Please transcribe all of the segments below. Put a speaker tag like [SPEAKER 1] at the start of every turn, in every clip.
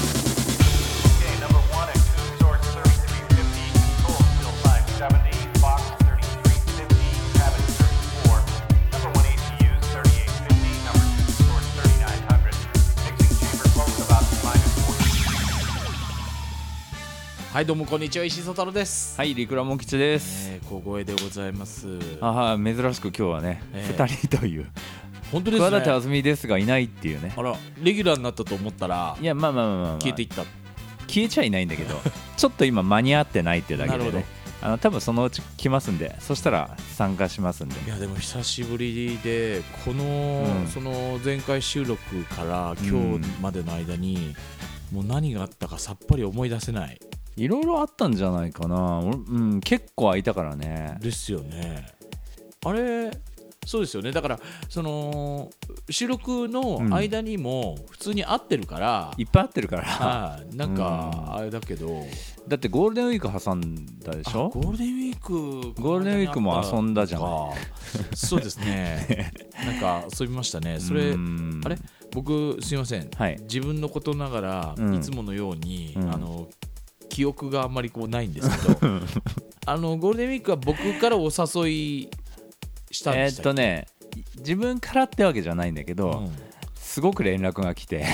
[SPEAKER 1] Okay, number one at Coon Source 3350, Control Still 570, Fox 3350, Cabin 34, number one ACU 3850, number two Source 3900, mixing chamber close about minus 40.
[SPEAKER 2] はいどうもこんにちは石井聡太郎です、
[SPEAKER 3] はい、リクラモン吉です。
[SPEAKER 2] えー、小声でございます
[SPEAKER 3] あは珍しく今日はね、二、
[SPEAKER 2] ええ
[SPEAKER 3] 人という、
[SPEAKER 2] 本当ですね
[SPEAKER 3] 桑田あずみですがいないっていうね
[SPEAKER 2] あ。らレギュラーになったと思ったら
[SPEAKER 3] いや、まあまあまあまあ、まあ、
[SPEAKER 2] 消えていった、
[SPEAKER 3] 消えちゃいないんだけど、 ちょっと今間に合ってないっていうだけ
[SPEAKER 2] な
[SPEAKER 3] で
[SPEAKER 2] るほ
[SPEAKER 3] ね。あの多分そのうち来ますんで、そしたら参加しますんで。
[SPEAKER 2] いやでも久しぶりでこの、
[SPEAKER 3] うん
[SPEAKER 2] その前回収録から今日までの間に、もう何があったかさっぱり思い出せない
[SPEAKER 3] いろいろあったんじゃないかな。俺うん、結構空いたからね。
[SPEAKER 2] ですよねあれそうですよねだからその収録の間にも普通に会ってるから、
[SPEAKER 3] いっぱい合ってるから。
[SPEAKER 2] はいなんかあれだけど、
[SPEAKER 3] だってゴールデンウィーク挟んだでし
[SPEAKER 2] あ
[SPEAKER 3] ょ
[SPEAKER 2] ゴ。ールデンウィーク
[SPEAKER 3] ゴールデンウィークも遊んだじゃない
[SPEAKER 2] いそうです ねなんか遊びましたねそれ
[SPEAKER 3] うん
[SPEAKER 2] あれ僕すいません、
[SPEAKER 3] はい
[SPEAKER 2] 自分のことながら、
[SPEAKER 3] うん
[SPEAKER 2] いつものように、
[SPEAKER 3] うん
[SPEAKER 2] あの記憶があんまりこうないんですけど あのゴールデンウィークは僕からお誘いしたん
[SPEAKER 3] え
[SPEAKER 2] で
[SPEAKER 3] ー
[SPEAKER 2] し
[SPEAKER 3] ったと
[SPEAKER 2] っけ、
[SPEAKER 3] ね、自分からってわけじゃないんだけど、
[SPEAKER 2] うん
[SPEAKER 3] すごく連絡が来て。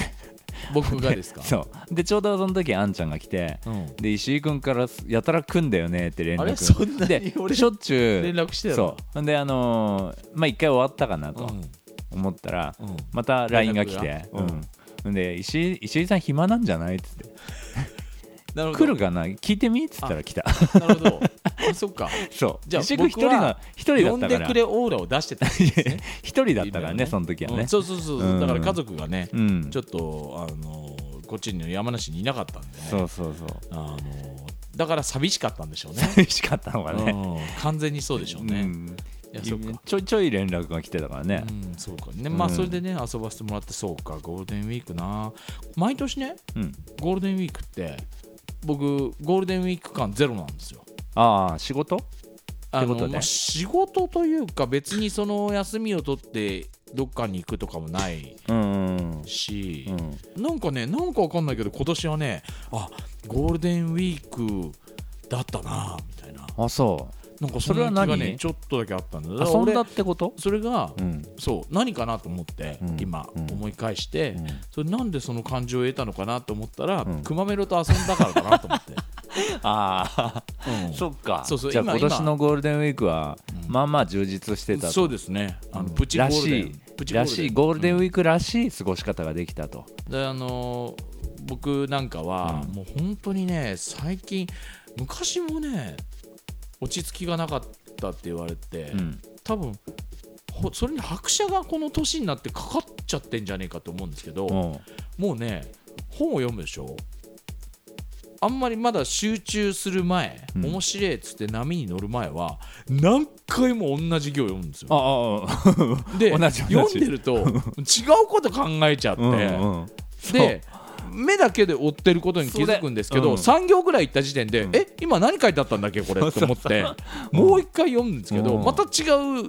[SPEAKER 2] 僕がですか
[SPEAKER 3] そうでちょうどその時あんちゃんが来て、
[SPEAKER 2] うん
[SPEAKER 3] で石井君からやたら来んだよねって連絡
[SPEAKER 2] あれ
[SPEAKER 3] が
[SPEAKER 2] そんなに
[SPEAKER 3] で
[SPEAKER 2] 俺
[SPEAKER 3] しょっちゅう
[SPEAKER 2] 連絡してたの
[SPEAKER 3] そうであのーまあ一回終わったかなと
[SPEAKER 2] う
[SPEAKER 3] 思ったら、
[SPEAKER 2] うん
[SPEAKER 3] また LINE が来
[SPEAKER 2] 連
[SPEAKER 3] て
[SPEAKER 2] 絡が
[SPEAKER 3] うんで石井石井さん暇なんじゃないっつって
[SPEAKER 2] なるほど
[SPEAKER 3] 来るかな聞いてみっつったら来た
[SPEAKER 2] なるほどあそっか
[SPEAKER 3] そう
[SPEAKER 2] じゃあ
[SPEAKER 3] 石井君一人
[SPEAKER 2] 僕
[SPEAKER 3] の
[SPEAKER 2] は
[SPEAKER 3] 一人だ
[SPEAKER 2] 呼
[SPEAKER 3] っ
[SPEAKER 2] ん
[SPEAKER 3] た
[SPEAKER 2] で
[SPEAKER 3] から
[SPEAKER 2] くれオーラを出してたんですね
[SPEAKER 3] 一人だったからねその時は
[SPEAKER 2] う
[SPEAKER 3] ね
[SPEAKER 2] んそうそうそう、
[SPEAKER 3] うん
[SPEAKER 2] だから家族がね、
[SPEAKER 3] うん
[SPEAKER 2] ちょっとあのこっちの山梨にいなかったんでね
[SPEAKER 3] そうそうそう
[SPEAKER 2] あのだから寂しかったんでしょうね
[SPEAKER 3] 寂しかったのがね,、
[SPEAKER 2] うん完全にそうでしょうね、
[SPEAKER 3] うん
[SPEAKER 2] いやそうか
[SPEAKER 3] ちょいちょい連絡が来てたからね、
[SPEAKER 2] うん、そうかねまあ
[SPEAKER 3] うん
[SPEAKER 2] それでね、遊ばせてもらってそうかゴールデンウィークな毎年ね
[SPEAKER 3] うん、
[SPEAKER 2] ゴールデンウィークって僕ゴールデンウィーク間ゼロなんですよ
[SPEAKER 3] ああ仕事
[SPEAKER 2] あの
[SPEAKER 3] ってことね
[SPEAKER 2] まあ仕事というか別にその休みを取ってどっかに行くとかもない
[SPEAKER 3] うんうん
[SPEAKER 2] し、
[SPEAKER 3] うん
[SPEAKER 2] なんかね、なんかわかんないけど、今年はね、あゴールデンウィークだったな、みたいな、
[SPEAKER 3] あそ
[SPEAKER 2] なんかそ
[SPEAKER 3] そ
[SPEAKER 2] れ
[SPEAKER 3] れ
[SPEAKER 2] は
[SPEAKER 3] は
[SPEAKER 2] 何
[SPEAKER 3] 何
[SPEAKER 2] がね、ちょっとだけあったんだ
[SPEAKER 3] う
[SPEAKER 2] だから
[SPEAKER 3] 遊ん
[SPEAKER 2] 俺
[SPEAKER 3] だってこと
[SPEAKER 2] それが、
[SPEAKER 3] うん
[SPEAKER 2] そう、何かなと思って、
[SPEAKER 3] うん
[SPEAKER 2] 今、
[SPEAKER 3] うん
[SPEAKER 2] 思い返して、
[SPEAKER 3] ん
[SPEAKER 2] それなんでその感情を得たのかなと思ったら、
[SPEAKER 3] うん
[SPEAKER 2] クマメロと遊んだからかなと思 って。
[SPEAKER 3] あ
[SPEAKER 2] う
[SPEAKER 3] あ
[SPEAKER 2] ん
[SPEAKER 3] そっか
[SPEAKER 2] そうそう
[SPEAKER 3] じゃあ
[SPEAKER 2] 今
[SPEAKER 3] 今年のゴールデンウィークは
[SPEAKER 2] うん
[SPEAKER 3] まあまあ充実してたと
[SPEAKER 2] そうですね、あのプチゴ
[SPEAKER 3] ら
[SPEAKER 2] ール
[SPEAKER 3] し
[SPEAKER 2] デン
[SPEAKER 3] い
[SPEAKER 2] プチゴールデン
[SPEAKER 3] らしいゴールデンウィークらしい過ごし方ができたと
[SPEAKER 2] であのー僕なんかは、もう本当にね最近昔もね落ち着きがなかったって言われて、
[SPEAKER 3] うん
[SPEAKER 2] 多分ほそれに拍車がこの年になってかかっちゃってんじゃねえかと思うんですけど、
[SPEAKER 3] うん
[SPEAKER 2] もうね本を読むでしょあんまりまだ集中する前、
[SPEAKER 3] うん
[SPEAKER 2] 面白いっつって波に乗る前は何回も同じ行を読むんですよ。
[SPEAKER 3] あああ
[SPEAKER 2] で
[SPEAKER 3] 同じ同
[SPEAKER 2] 読ん
[SPEAKER 3] じ
[SPEAKER 2] でる と違うこと考 えちゃって、
[SPEAKER 3] うんうん
[SPEAKER 2] で目だけで追ってることに気づくんですけど、
[SPEAKER 3] そ
[SPEAKER 2] 3行ぐらい行った時点で、
[SPEAKER 3] うん
[SPEAKER 2] え今何書いてあったんだっけこれって思って
[SPEAKER 3] うん
[SPEAKER 2] もう一回読むんですけど、
[SPEAKER 3] うん
[SPEAKER 2] また違う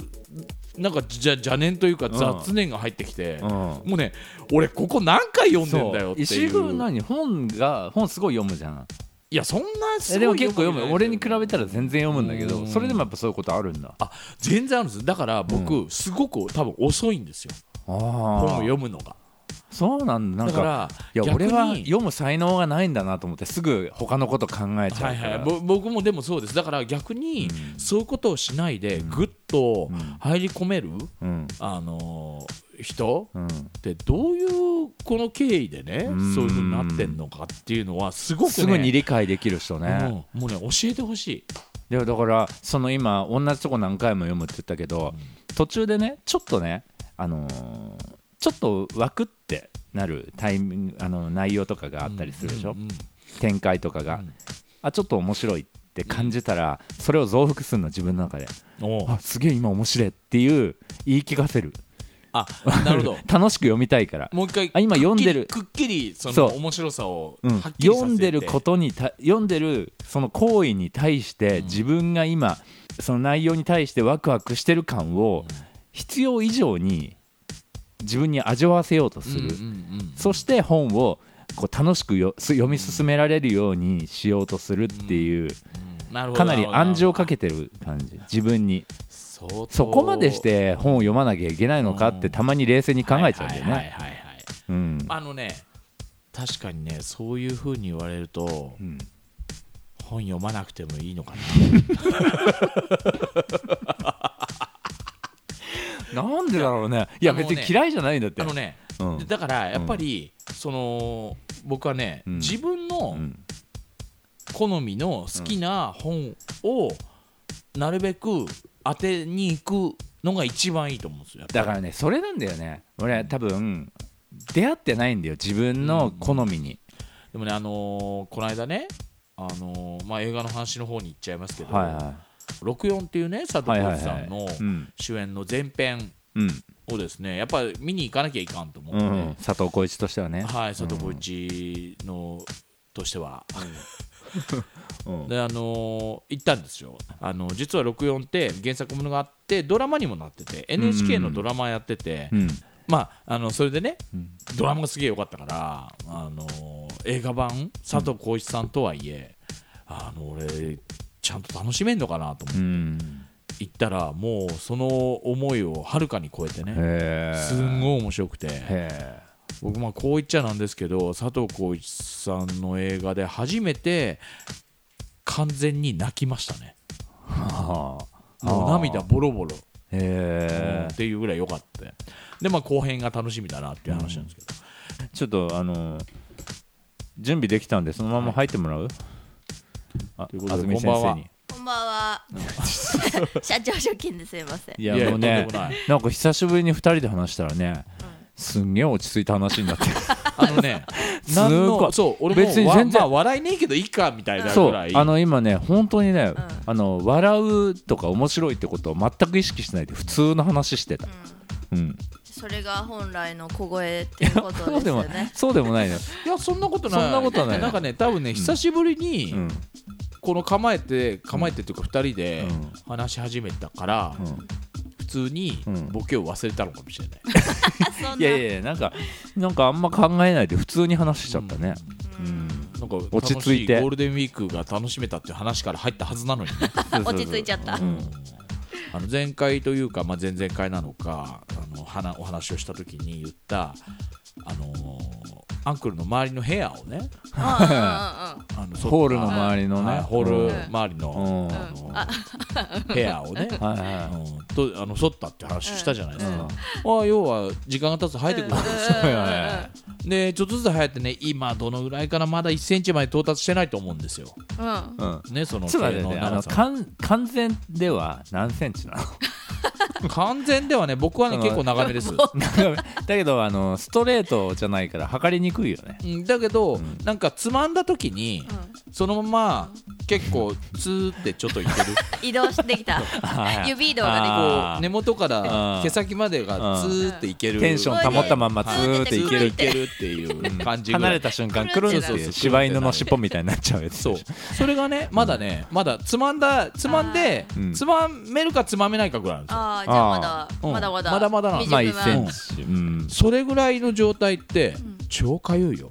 [SPEAKER 2] なんかじゃ邪念というか雑念が入ってきて、
[SPEAKER 3] う
[SPEAKER 2] もうね俺ここ何回読
[SPEAKER 3] ん
[SPEAKER 2] んでんだよっていう
[SPEAKER 3] 石井君何本が本すごい読むじゃん
[SPEAKER 2] いやそんなすご
[SPEAKER 3] え
[SPEAKER 2] い
[SPEAKER 3] でも結構読む俺に比べ
[SPEAKER 2] て
[SPEAKER 3] たら全然読むんだけ
[SPEAKER 2] う
[SPEAKER 3] ど
[SPEAKER 2] ん
[SPEAKER 3] それでもやっぱそういうことあるんだあ
[SPEAKER 2] あ全然あるんですだから僕、すごく多分遅いんですよ本を
[SPEAKER 3] あ
[SPEAKER 2] 読むのが
[SPEAKER 3] そうなんだなん
[SPEAKER 2] だ
[SPEAKER 3] か
[SPEAKER 2] から
[SPEAKER 3] いや
[SPEAKER 2] 逆
[SPEAKER 3] 俺
[SPEAKER 2] に
[SPEAKER 3] は読む才能がないんだなと思ってすぐ他のこと考えちゃ
[SPEAKER 2] は
[SPEAKER 3] う
[SPEAKER 2] いは
[SPEAKER 3] から、
[SPEAKER 2] い、ぼ僕もでもそうですだから逆に
[SPEAKER 3] うん
[SPEAKER 2] そういうことをしないでぐっと
[SPEAKER 3] うん
[SPEAKER 2] 入り込める、
[SPEAKER 3] うん
[SPEAKER 2] あのー人
[SPEAKER 3] うん、
[SPEAKER 2] ってどういうこの経緯でね
[SPEAKER 3] うん
[SPEAKER 2] そういうふうになってんのかっていうのはすごくね
[SPEAKER 3] すぐに理解できる人
[SPEAKER 2] うん
[SPEAKER 3] ね、
[SPEAKER 2] もうね教えてほしい
[SPEAKER 3] いやだからその今同じとこ何回も読むって言ったけど、途中でねちょっとねあのーちょっとワクってなるタイミングあの内容とかがあったりするでしょ、
[SPEAKER 2] うんうん
[SPEAKER 3] 展開とか
[SPEAKER 2] う
[SPEAKER 3] が、
[SPEAKER 2] ん
[SPEAKER 3] あちょっと面白いって感じたらそれを増幅するの自分の中で
[SPEAKER 2] おう
[SPEAKER 3] あすげえ今面白いっていう言い聞かせる
[SPEAKER 2] あなるほど
[SPEAKER 3] 楽しく読みたいから
[SPEAKER 2] もう一回
[SPEAKER 3] あ今読んでる
[SPEAKER 2] くっきりくっきりそ
[SPEAKER 3] そ
[SPEAKER 2] の
[SPEAKER 3] う
[SPEAKER 2] 面白さを
[SPEAKER 3] うん
[SPEAKER 2] はっきりさせて、
[SPEAKER 3] 読んでることにた読んでるその行為に対して
[SPEAKER 2] ん
[SPEAKER 3] 自分が今その内容に対してワクワクしてる感を必要以上に自分に味わわせようとす
[SPEAKER 2] うんう
[SPEAKER 3] る、
[SPEAKER 2] んうん
[SPEAKER 3] そして本をこう楽しくよす読み進められるようにしようとするっていう、
[SPEAKER 2] なるほど
[SPEAKER 3] かなり暗示をかけてる感じ自分に
[SPEAKER 2] 相当
[SPEAKER 3] そこまでして本を読まなきゃいけないのかっ
[SPEAKER 2] う
[SPEAKER 3] て
[SPEAKER 2] ん
[SPEAKER 3] たまに冷静に考えちゃうんだよ
[SPEAKER 2] はいはい
[SPEAKER 3] ね
[SPEAKER 2] はいはい
[SPEAKER 3] うん
[SPEAKER 2] あのね確かにねそういうふうに言われると、
[SPEAKER 3] ん
[SPEAKER 2] 本読まなくてもいいのかな
[SPEAKER 3] なんでだろうねいや
[SPEAKER 2] あのね
[SPEAKER 3] 別に嫌いじゃないんだって
[SPEAKER 2] あのね、
[SPEAKER 3] うん
[SPEAKER 2] だからやっぱり、その僕はね、
[SPEAKER 3] うん
[SPEAKER 2] 自分
[SPEAKER 3] う
[SPEAKER 2] の
[SPEAKER 3] ん
[SPEAKER 2] 好みの好きな本をなるべく当てに行くのが一番いいと思うんですよ。やっぱ
[SPEAKER 3] だからねそれなんだよね俺多分出会ってないんだよ自分の好みに、
[SPEAKER 2] でもね、あのーこの間ね、あのーまあ、映画の話の方に行っちゃいますけど「
[SPEAKER 3] はいは
[SPEAKER 2] 64」っていうね佐
[SPEAKER 3] いは
[SPEAKER 2] 藤
[SPEAKER 3] いは
[SPEAKER 2] 浩
[SPEAKER 3] い
[SPEAKER 2] 市さんの
[SPEAKER 3] うん
[SPEAKER 2] 主演の前編
[SPEAKER 3] うん
[SPEAKER 2] をですねやっぱり見に行かなきゃいかんと思っ
[SPEAKER 3] う
[SPEAKER 2] て、
[SPEAKER 3] んうん佐藤浩市としてはね
[SPEAKER 2] はい、佐藤浩市の、としては、
[SPEAKER 3] うん
[SPEAKER 2] であのー行ったんですよ、あの実は64って原作ものがあってドラマにもなってて NHK のドラマやってて、
[SPEAKER 3] うん
[SPEAKER 2] まあ、あのそれでね、
[SPEAKER 3] うん
[SPEAKER 2] ドラマがすげえ良かったから、あのー映画版佐藤浩市さんとはいえ、あの俺ちゃんと楽しめんのかなと思っ
[SPEAKER 3] う
[SPEAKER 2] て
[SPEAKER 3] ん
[SPEAKER 2] 行ったらもうその思いをはるかに超えてね
[SPEAKER 3] へえ
[SPEAKER 2] すんごい面白くて。
[SPEAKER 3] へえ
[SPEAKER 2] 僕まあこう言っちゃなんですけど佐藤浩市さんの映画で初めて完全に泣きましたね
[SPEAKER 3] はあ
[SPEAKER 2] もう涙ボロボロ、うん
[SPEAKER 3] へえ
[SPEAKER 2] っていうぐらい良かったでまあ後編が楽しみだなっていう話なんですけど、
[SPEAKER 3] ちょっとあの準備できたんでそのまま入ってもらう、あ
[SPEAKER 2] ということで
[SPEAKER 3] 安住先
[SPEAKER 2] こんば
[SPEAKER 3] 生
[SPEAKER 2] んは
[SPEAKER 3] に
[SPEAKER 4] こんばん は。社長出勤ですいません。
[SPEAKER 3] い
[SPEAKER 2] い
[SPEAKER 3] や
[SPEAKER 2] や
[SPEAKER 3] もう
[SPEAKER 2] と
[SPEAKER 3] ね
[SPEAKER 2] んでもない
[SPEAKER 3] なんか久しぶりに2人で話したらねすんげえ落ち着いた話になって
[SPEAKER 2] あのね
[SPEAKER 3] すごい
[SPEAKER 2] 何のそう俺も
[SPEAKER 3] 別に
[SPEAKER 2] わ
[SPEAKER 3] 全然
[SPEAKER 2] まあ、笑いねえけどいいかみたいな
[SPEAKER 3] そ
[SPEAKER 2] ぐ
[SPEAKER 3] う
[SPEAKER 2] らい
[SPEAKER 3] あの今ね本当にね、
[SPEAKER 4] ん
[SPEAKER 3] あの笑うとか面白いってことを全く意識しないで普通の話してた、うん、
[SPEAKER 4] それが本来の小声っていうこ と
[SPEAKER 3] そう
[SPEAKER 4] です
[SPEAKER 3] で
[SPEAKER 4] よ
[SPEAKER 3] も
[SPEAKER 4] ね。
[SPEAKER 3] そうでもないの、
[SPEAKER 2] いやそんなことない
[SPEAKER 3] そんなことない
[SPEAKER 2] なんかね多分ね久しぶりに、
[SPEAKER 3] うん
[SPEAKER 2] この構えて構えてっていうか2人で
[SPEAKER 3] うん
[SPEAKER 2] 話し始めたから、
[SPEAKER 3] うん
[SPEAKER 2] 普通に
[SPEAKER 3] うん
[SPEAKER 2] ボケを忘れたのかもしれない、
[SPEAKER 4] そん
[SPEAKER 3] い
[SPEAKER 4] な
[SPEAKER 3] やいやいやなんかなんかあんま考えないで普通に話しちゃったね、
[SPEAKER 4] うん
[SPEAKER 2] なんか
[SPEAKER 3] 落ち着いて
[SPEAKER 2] 楽しゴールデンウィークが楽しめたっていう話から入ったはずなのにね
[SPEAKER 3] そうそうそう
[SPEAKER 4] 落ち着いちゃった。
[SPEAKER 3] うん
[SPEAKER 2] あの前回というか、まあ、前々回なのかあの話お話をした時に言った、あのーアンクルの周りのヘアをね
[SPEAKER 4] あ
[SPEAKER 2] あの
[SPEAKER 3] ホールの
[SPEAKER 2] 外か
[SPEAKER 3] 周りのね、
[SPEAKER 2] はいホ
[SPEAKER 3] うん
[SPEAKER 2] ー
[SPEAKER 3] は
[SPEAKER 2] ル周りの,、
[SPEAKER 3] うん
[SPEAKER 2] あのヘアをね、
[SPEAKER 3] いはい
[SPEAKER 2] うん、とあの剃ったって話したじゃないです
[SPEAKER 3] うん
[SPEAKER 2] か、ああ要は時間が経つと生えてくるんですよ、
[SPEAKER 3] はいは
[SPEAKER 2] でちょっとずつ生えてね今どのぐらいかなまだ1センチまで到達してないと思うんですよ
[SPEAKER 4] うんうん。
[SPEAKER 3] いうん
[SPEAKER 2] ねその
[SPEAKER 3] ちょっと待って
[SPEAKER 2] 毛
[SPEAKER 3] ね、
[SPEAKER 2] の
[SPEAKER 3] あの
[SPEAKER 2] 長さ
[SPEAKER 3] 完完全では何センチなの
[SPEAKER 2] 完全ではね僕はね
[SPEAKER 3] うん
[SPEAKER 2] 結構長めです
[SPEAKER 3] なんか だけどあのストレートじゃないから測りにくいよね
[SPEAKER 2] うんだけど、なんかつまんだ時に、そのまま結構ツーってちょっといける
[SPEAKER 4] 移動してきた。指移動が
[SPEAKER 3] あー
[SPEAKER 2] 根元から
[SPEAKER 3] あー
[SPEAKER 2] 毛先までがツーっていける
[SPEAKER 3] テンション保ったまんまツーっていける
[SPEAKER 2] いけるっていう感じぐ
[SPEAKER 3] 離
[SPEAKER 2] ら
[SPEAKER 3] れ
[SPEAKER 2] い
[SPEAKER 3] た瞬間くるんっ
[SPEAKER 2] そうそうそ
[SPEAKER 3] て
[SPEAKER 2] う
[SPEAKER 3] 柴犬の尻尾みたいになっちゃうやつ
[SPEAKER 2] そうそれがねまだね、まだつまんだつまんで、
[SPEAKER 3] うん
[SPEAKER 2] つまめるかつまめないかぐらいなんですよ
[SPEAKER 4] ああじゃあまだ
[SPEAKER 2] うん
[SPEAKER 4] まだまだ
[SPEAKER 2] まだまだなの
[SPEAKER 4] 未熟
[SPEAKER 3] まあ
[SPEAKER 4] な
[SPEAKER 3] 1センチ、うん、
[SPEAKER 2] それぐらいの状態って、超かゆいよ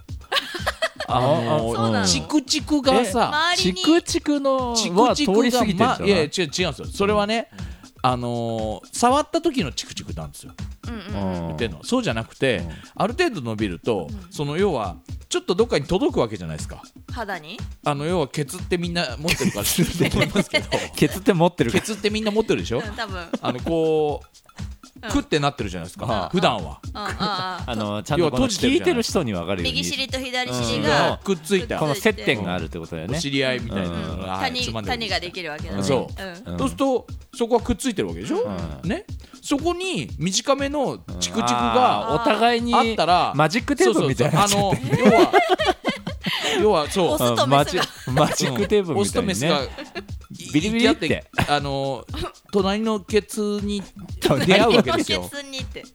[SPEAKER 3] あ
[SPEAKER 2] の
[SPEAKER 4] そうなの
[SPEAKER 2] チクチクがさ
[SPEAKER 4] 周り
[SPEAKER 3] チ
[SPEAKER 4] に
[SPEAKER 3] クチクの
[SPEAKER 2] チ
[SPEAKER 3] は
[SPEAKER 2] クチ
[SPEAKER 3] 通
[SPEAKER 2] ク
[SPEAKER 3] り過
[SPEAKER 2] が、
[SPEAKER 3] ぎてんじゃ
[SPEAKER 2] ま、
[SPEAKER 3] ない
[SPEAKER 2] いやいや違う違うんですよそれはね、あのー触った時のチクチクなんですよ
[SPEAKER 4] うんうん
[SPEAKER 3] うん
[SPEAKER 2] 言ってんのそうじゃなくて、ある程度伸びると、その要はちょっとどっかに届くわけじゃないですか
[SPEAKER 4] 肌に
[SPEAKER 2] あの要はケツってみんな持ってるから知ってると思いますけど
[SPEAKER 3] ケツって持ってる か
[SPEAKER 2] ケツってみんな持ってるでしょ
[SPEAKER 4] うん多分うん
[SPEAKER 2] あのこう、クってなってるじゃないですか、
[SPEAKER 4] うん
[SPEAKER 2] 普段は、
[SPEAKER 4] あー
[SPEAKER 3] あのちゃんとこ
[SPEAKER 2] 要
[SPEAKER 3] の
[SPEAKER 2] は閉じてる
[SPEAKER 3] 聞
[SPEAKER 2] じゃ
[SPEAKER 3] い
[SPEAKER 2] ない
[SPEAKER 3] てる人に分かるように
[SPEAKER 4] 右尻と左
[SPEAKER 3] う
[SPEAKER 4] 尻
[SPEAKER 3] ん
[SPEAKER 4] が
[SPEAKER 2] くっついた
[SPEAKER 3] この接点があるってことだよ
[SPEAKER 2] お
[SPEAKER 3] ね
[SPEAKER 2] 知り合いみたいなのが、はい
[SPEAKER 4] 谷
[SPEAKER 2] つまんでるん
[SPEAKER 4] 谷ができるわけだね。
[SPEAKER 2] そ
[SPEAKER 4] うん
[SPEAKER 2] う、そうするとそこはくっついてるわけでしょ、
[SPEAKER 3] うん
[SPEAKER 2] ねそこに短めのチクチク
[SPEAKER 3] あー
[SPEAKER 2] が
[SPEAKER 3] お互いに
[SPEAKER 2] あったら
[SPEAKER 3] マジックテープみたいな
[SPEAKER 2] そうそうそうあの要は要はそう
[SPEAKER 4] オスとメスが
[SPEAKER 3] うんマジマジックテープ
[SPEAKER 2] オ
[SPEAKER 3] み
[SPEAKER 2] スとメス
[SPEAKER 3] たい
[SPEAKER 2] が
[SPEAKER 3] にねビリビリって
[SPEAKER 2] 行き合あの隣のケツに
[SPEAKER 3] 隣の
[SPEAKER 2] 出会うわけですよ
[SPEAKER 4] ケツにって。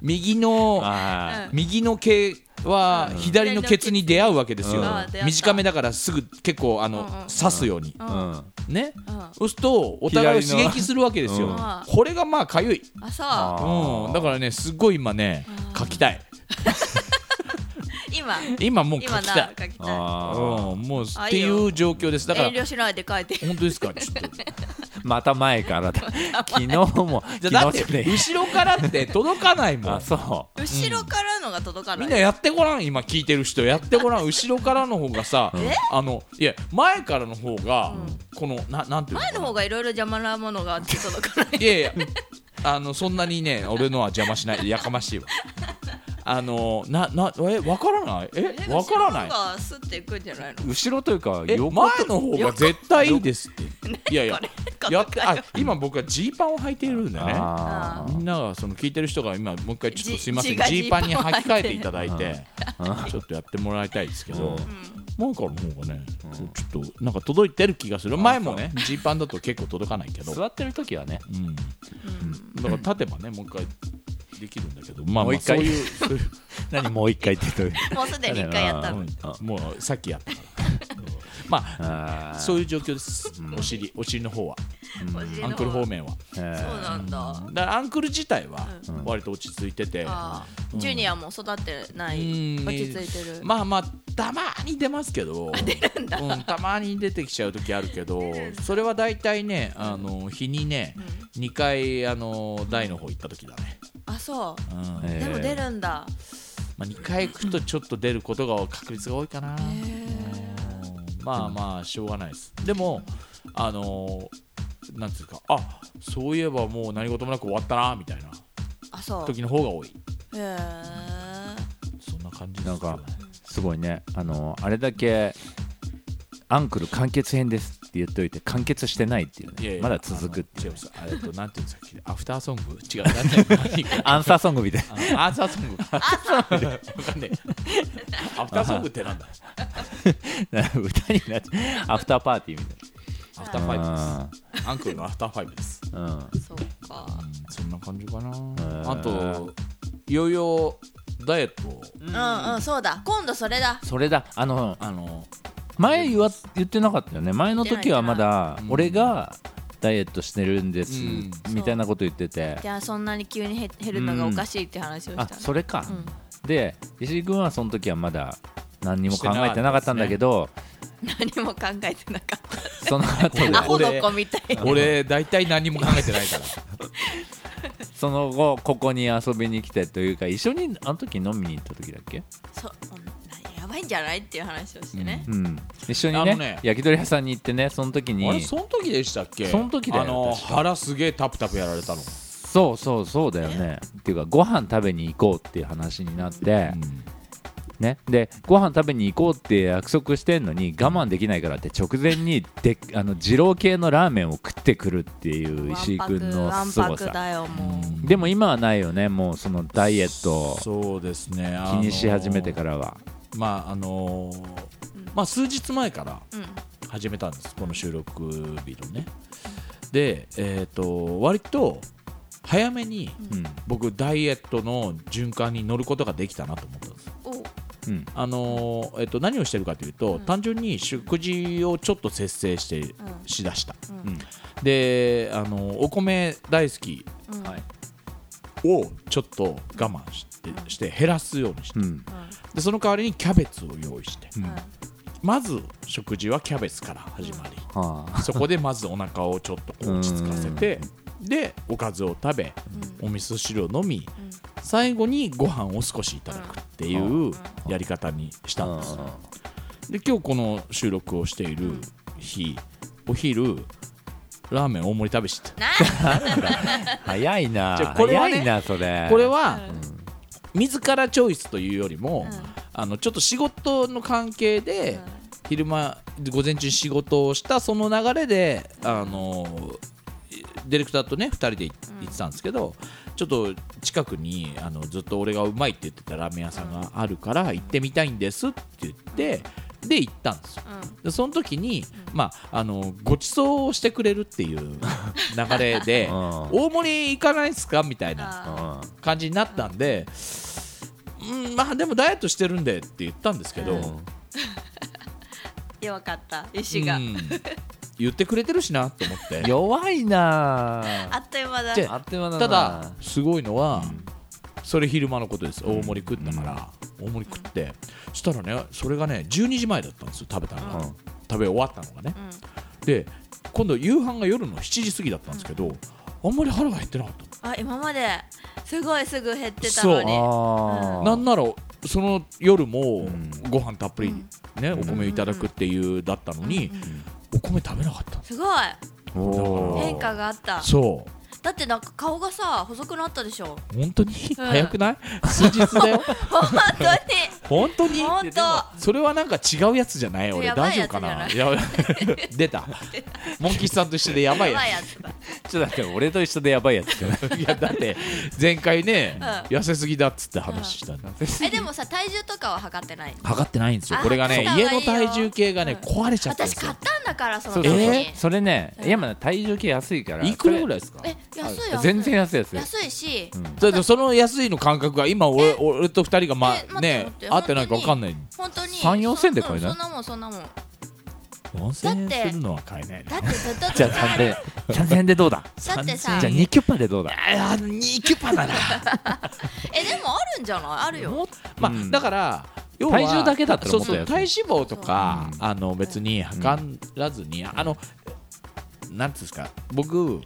[SPEAKER 2] 右の
[SPEAKER 3] あ
[SPEAKER 4] うん
[SPEAKER 2] 右の毛は左のケツに出会うわけですよ、
[SPEAKER 3] うん
[SPEAKER 4] あー出会った
[SPEAKER 2] 短めだからすぐ結構あの、
[SPEAKER 4] うんうん
[SPEAKER 2] 刺すように、
[SPEAKER 4] うん
[SPEAKER 3] うん
[SPEAKER 2] ね
[SPEAKER 4] うん
[SPEAKER 2] そうするとお互いを刺激するわけですよ、
[SPEAKER 3] 左
[SPEAKER 4] のうん
[SPEAKER 2] これがまあかゆい、
[SPEAKER 4] あそう
[SPEAKER 3] あー
[SPEAKER 2] うん、だからねすごい今ね
[SPEAKER 4] あー
[SPEAKER 2] 書きたい
[SPEAKER 4] 今
[SPEAKER 2] 今もう書
[SPEAKER 4] 今
[SPEAKER 2] き
[SPEAKER 4] な
[SPEAKER 2] たい
[SPEAKER 4] 書きた
[SPEAKER 2] う
[SPEAKER 3] あ
[SPEAKER 2] ん、もうっ
[SPEAKER 4] あ
[SPEAKER 2] て
[SPEAKER 4] いい
[SPEAKER 2] い
[SPEAKER 4] よ
[SPEAKER 2] う状況ですだ
[SPEAKER 4] い
[SPEAKER 2] か
[SPEAKER 4] 遠
[SPEAKER 2] ら
[SPEAKER 4] 慮しないで書いて
[SPEAKER 2] 本当ですかちょっと
[SPEAKER 3] ーまた前からだ昨日も
[SPEAKER 2] じ
[SPEAKER 3] 昨
[SPEAKER 2] ゃあだっ
[SPEAKER 3] 日じゃ
[SPEAKER 2] て
[SPEAKER 3] ね
[SPEAKER 2] 後ろからって届かない
[SPEAKER 3] え
[SPEAKER 2] も
[SPEAKER 3] あ
[SPEAKER 2] ん
[SPEAKER 3] そ
[SPEAKER 4] 後ろからのが届かな
[SPEAKER 2] み
[SPEAKER 4] い
[SPEAKER 2] んなやってごらん今聞いてる人やってごらん後ろからの方がさ
[SPEAKER 4] え
[SPEAKER 2] あのいや前からの方がこのななんていう
[SPEAKER 4] 前の
[SPEAKER 2] のか
[SPEAKER 4] 方がいろいろ邪魔なものがあって 届かない
[SPEAKER 2] ないやいやあのそんなにね俺のは邪魔しないやかましいわあのななえわからないえわからない
[SPEAKER 4] 後ろの方がスッていくんじゃないの
[SPEAKER 3] う後ろというか
[SPEAKER 2] え前
[SPEAKER 3] 横
[SPEAKER 2] の方が絶対いいですっていやいや
[SPEAKER 4] これ
[SPEAKER 2] やってあ今僕はジーパンを履いているんでね
[SPEAKER 3] あ
[SPEAKER 2] みんながその聞いてる人が今もう一回ちょっと
[SPEAKER 4] じ
[SPEAKER 2] すいません
[SPEAKER 4] 字が
[SPEAKER 2] ジーパンに
[SPEAKER 4] ジーパ
[SPEAKER 2] 履
[SPEAKER 4] ン履い
[SPEAKER 2] き
[SPEAKER 4] て
[SPEAKER 2] 替えていただいて
[SPEAKER 3] うんうん
[SPEAKER 2] ちょっとやってもらいたいですけ
[SPEAKER 3] う
[SPEAKER 2] ど
[SPEAKER 3] ん
[SPEAKER 2] 前からの方がねそうちょっとなんか届いてる気がする前もねジーパンだと結構届かないけど、
[SPEAKER 3] 座ってる時はね
[SPEAKER 2] うん、だから立てばねもう一回できるんだけどまあま
[SPEAKER 3] もう
[SPEAKER 2] あ
[SPEAKER 3] 一
[SPEAKER 2] そう
[SPEAKER 3] 回
[SPEAKER 2] いうそう いう
[SPEAKER 3] 何もう一回ってどういう
[SPEAKER 4] もうすでに一回やったの
[SPEAKER 2] うんもうさっきやったからまあ
[SPEAKER 3] あー
[SPEAKER 2] そういう状況ですお尻お尻の方は
[SPEAKER 4] お尻
[SPEAKER 2] ア
[SPEAKER 4] の
[SPEAKER 2] ンクル方面は
[SPEAKER 3] えー
[SPEAKER 4] そうなんだ
[SPEAKER 2] だからアンクル自体は割と落ち着いてて、
[SPEAKER 4] あージュニアも育ってな
[SPEAKER 2] う
[SPEAKER 4] い
[SPEAKER 2] ん
[SPEAKER 4] 落ち着いてる
[SPEAKER 2] まあまあたまに出ますけどうん、たまに出てきちゃう時あるけ どそれは大体ねあの日にね、2回あの台の方行った時だね、
[SPEAKER 4] あそう
[SPEAKER 2] うん
[SPEAKER 3] えー
[SPEAKER 4] でも出るんだ
[SPEAKER 2] まあ、2回行くとちょっと出ることが確率が多いかな、うんまあまあしょうがないですでもあのなんていうかあそういえばもう何事もなく終わったなみたいな
[SPEAKER 4] あそう
[SPEAKER 2] 時の方が多い
[SPEAKER 4] へえ
[SPEAKER 2] そんな感じです
[SPEAKER 3] なん
[SPEAKER 2] よ
[SPEAKER 3] かすごいねあのあれだけアンクル完結編ですって言っといて完結してないっていうね
[SPEAKER 2] いやいや
[SPEAKER 3] まだ続くって
[SPEAKER 2] あ
[SPEAKER 3] い
[SPEAKER 2] の違
[SPEAKER 3] う
[SPEAKER 2] うさえっとなんていうんですかアフターソング違うなんていうの何か
[SPEAKER 3] アンサーソングみたいな
[SPEAKER 2] あアーサーソングアーサーわかんねえアフターソングってなんだ
[SPEAKER 3] 歌になっちゃうアフターパーティーみたい
[SPEAKER 2] アフターファイブですアンクルのアフターファイブです
[SPEAKER 3] なうん
[SPEAKER 4] そうか
[SPEAKER 2] そんな感じかな
[SPEAKER 3] ー
[SPEAKER 2] あといよいよダイエットを
[SPEAKER 4] うんうんそうだ今度それだ
[SPEAKER 3] それだあの
[SPEAKER 2] あの
[SPEAKER 3] 前言わ言ってなかったよね前の時はまだ
[SPEAKER 2] 言ってない
[SPEAKER 3] 俺がダイエットしてるんです
[SPEAKER 2] うん
[SPEAKER 3] みたいなこと言ってて
[SPEAKER 4] じゃあそんなに急に減減るのがおかしいって話をした
[SPEAKER 3] あ
[SPEAKER 4] の
[SPEAKER 3] それか
[SPEAKER 4] うん
[SPEAKER 3] で石井君はその時はまだ何にも考えてなかったんだけど
[SPEAKER 4] 何も考えてなかっ
[SPEAKER 3] その後で
[SPEAKER 4] たアホの子みたい
[SPEAKER 2] 俺大体何も考えてないから
[SPEAKER 3] その後ここに遊びに来てというか一緒にあの時飲みに行った時だっけ、
[SPEAKER 4] そううんやばいんじゃないっていう話をしてね
[SPEAKER 3] うん、一緒
[SPEAKER 2] あ
[SPEAKER 3] に
[SPEAKER 2] の
[SPEAKER 3] ね
[SPEAKER 2] ね
[SPEAKER 3] 焼き鳥屋さんに行ってねその時 に
[SPEAKER 2] あれその時でしたっけ
[SPEAKER 3] その時だよ
[SPEAKER 2] あの
[SPEAKER 3] 確か
[SPEAKER 2] 腹すげえタプタプやられたの
[SPEAKER 3] そうそうそうだよねっていうかご飯食べに行こうっていう話になって、ねでご飯食べに行こうって約束してんのに我慢できないからって直前にであの二郎系のラーメンを食ってくるっていう石井君の
[SPEAKER 4] わん
[SPEAKER 3] す
[SPEAKER 4] ぱ
[SPEAKER 3] ご
[SPEAKER 4] く
[SPEAKER 3] さ
[SPEAKER 4] だよもう
[SPEAKER 3] でも今はないよねもうそのダイエットを
[SPEAKER 2] そうですねあ
[SPEAKER 3] 気
[SPEAKER 2] の
[SPEAKER 3] にし始めてからは、
[SPEAKER 2] まああのーまあ数日前から
[SPEAKER 4] うん
[SPEAKER 2] 始めたんですこの収録日のねでえっ、と割と早めに
[SPEAKER 3] うん
[SPEAKER 2] 僕ダイエットの循環に乗ることができたなと思ったんです
[SPEAKER 4] お
[SPEAKER 3] うん
[SPEAKER 2] あのーえっと何をしてるかというと、単純に食事をちょっと節制してしだした、
[SPEAKER 3] うん
[SPEAKER 2] であのーお米大好き
[SPEAKER 4] うん
[SPEAKER 3] はい
[SPEAKER 2] をちょっと我慢して,、して減らすようにして、
[SPEAKER 3] うん
[SPEAKER 2] でその代わりにキャベツを用意して、
[SPEAKER 4] うん
[SPEAKER 2] まず食事はキャベツから始まり、
[SPEAKER 3] はあ
[SPEAKER 2] そこでまずお腹をちょっとこう落ち着かせてでおかずを食べ、お味噌汁を飲み、最後にご飯を少しいただくっていうやり方にしたんです、で今日この収録をしている日お昼ラーメン大盛り食べして
[SPEAKER 4] な
[SPEAKER 3] 早いな
[SPEAKER 2] じゃあこれはね
[SPEAKER 3] 早いなそれ
[SPEAKER 2] たこれは、自らチョイスというよりも、あのちょっと仕事の関係で、昼間午前中仕事をしたその流れであのディレクターとね2人で行行ってたんですけど、ちょっと近くにあのずっと俺がうまいって言ってたラーメン屋さんがあるから行ってみたいんですって言ってで行ったんですよ。でその時に、まあ、あのごちそうをしてくれるっていう流れで
[SPEAKER 3] うん
[SPEAKER 2] 大盛り行かないですかみたいな
[SPEAKER 4] あ
[SPEAKER 3] うん
[SPEAKER 2] 感じになったんで、うんまあでもダイエットしてるんでって言ったんですけど、
[SPEAKER 4] うん弱かった意志が、
[SPEAKER 2] うん言ってくれてるしなと 思って
[SPEAKER 3] 弱いな
[SPEAKER 4] あっという間だ
[SPEAKER 2] で
[SPEAKER 3] あっという間だな
[SPEAKER 2] ただすごいのは、それ昼間のことです大盛り食ったから、大盛り食ってそしたらねそれがね12時前だったんですよ食べたのが、
[SPEAKER 3] うん
[SPEAKER 2] 食べ終わったのがね、で今度夕飯が夜の7時過ぎだったんですけど、あんまり腹が減ってなかった
[SPEAKER 4] あ今まですごいすぐ減ってたのに
[SPEAKER 3] あー
[SPEAKER 2] なんならその夜も
[SPEAKER 3] ん
[SPEAKER 2] ご飯たっぷり、ねお米いただくっていうだったのに、お米食べなかったんです
[SPEAKER 4] すごい
[SPEAKER 3] おー
[SPEAKER 4] 変化があった
[SPEAKER 2] そう
[SPEAKER 4] だってなんか顔がさ細くなったでしょ
[SPEAKER 2] 本当に、早くない数日だよ
[SPEAKER 4] 本当に
[SPEAKER 2] 本当に
[SPEAKER 4] 本当
[SPEAKER 2] それはなんか違うやつじゃない俺
[SPEAKER 4] やば
[SPEAKER 2] 大丈
[SPEAKER 4] いや
[SPEAKER 2] 夫
[SPEAKER 4] つ
[SPEAKER 2] かな
[SPEAKER 4] じ
[SPEAKER 2] や ばい 出たモンキーさんと一緒でやばい
[SPEAKER 4] や
[SPEAKER 2] や
[SPEAKER 4] ばいやつ
[SPEAKER 3] ちょ
[SPEAKER 4] だ
[SPEAKER 3] っと待って俺と一緒でやばいやつじゃない
[SPEAKER 2] つ いやだって前回ね、
[SPEAKER 4] うん
[SPEAKER 2] 痩せすぎだっつって話したんだ、
[SPEAKER 4] えでもさ体重とかは測ってない
[SPEAKER 2] 測ってないんですよ
[SPEAKER 4] あ
[SPEAKER 2] これがね
[SPEAKER 4] 測った
[SPEAKER 2] 家
[SPEAKER 4] 方がい
[SPEAKER 2] の
[SPEAKER 4] いよ
[SPEAKER 2] 体重計がね、
[SPEAKER 4] う
[SPEAKER 2] 壊れちゃったんで
[SPEAKER 4] 私
[SPEAKER 2] す
[SPEAKER 4] 買
[SPEAKER 2] よ
[SPEAKER 4] ったんだからそ
[SPEAKER 3] そう
[SPEAKER 4] の時
[SPEAKER 3] そうそう、
[SPEAKER 4] に
[SPEAKER 3] それね、今体重計安いから
[SPEAKER 2] いくらぐ
[SPEAKER 3] い
[SPEAKER 2] らいですか
[SPEAKER 4] え安い安い
[SPEAKER 3] 全然安い安い
[SPEAKER 4] 安いし
[SPEAKER 2] だってその安いの感覚が今俺俺と二人がま
[SPEAKER 4] え待って
[SPEAKER 2] ね
[SPEAKER 4] 待って
[SPEAKER 2] 合ってないか分かんない
[SPEAKER 4] 本当に
[SPEAKER 3] 3 4000で買えない
[SPEAKER 4] そんなもんそんなもんだ
[SPEAKER 2] 4000
[SPEAKER 4] だって
[SPEAKER 2] 円するのは買えないな
[SPEAKER 4] ってずっと
[SPEAKER 3] じゃあ
[SPEAKER 4] 使
[SPEAKER 3] 3000
[SPEAKER 4] え
[SPEAKER 3] 円3000円でどうだ
[SPEAKER 4] るだってさ
[SPEAKER 3] じゃあ2キュッパでどうだ
[SPEAKER 2] あ2キュパだな
[SPEAKER 4] えでもあるんじゃないあるよ
[SPEAKER 2] もまあ
[SPEAKER 3] うん
[SPEAKER 2] だから要
[SPEAKER 3] 体重だけだったら
[SPEAKER 2] そ
[SPEAKER 3] も
[SPEAKER 2] う
[SPEAKER 3] っと
[SPEAKER 2] そう
[SPEAKER 3] 安い
[SPEAKER 2] 体脂肪とか
[SPEAKER 3] う
[SPEAKER 2] あの別に測らずにあのなんていうんですか僕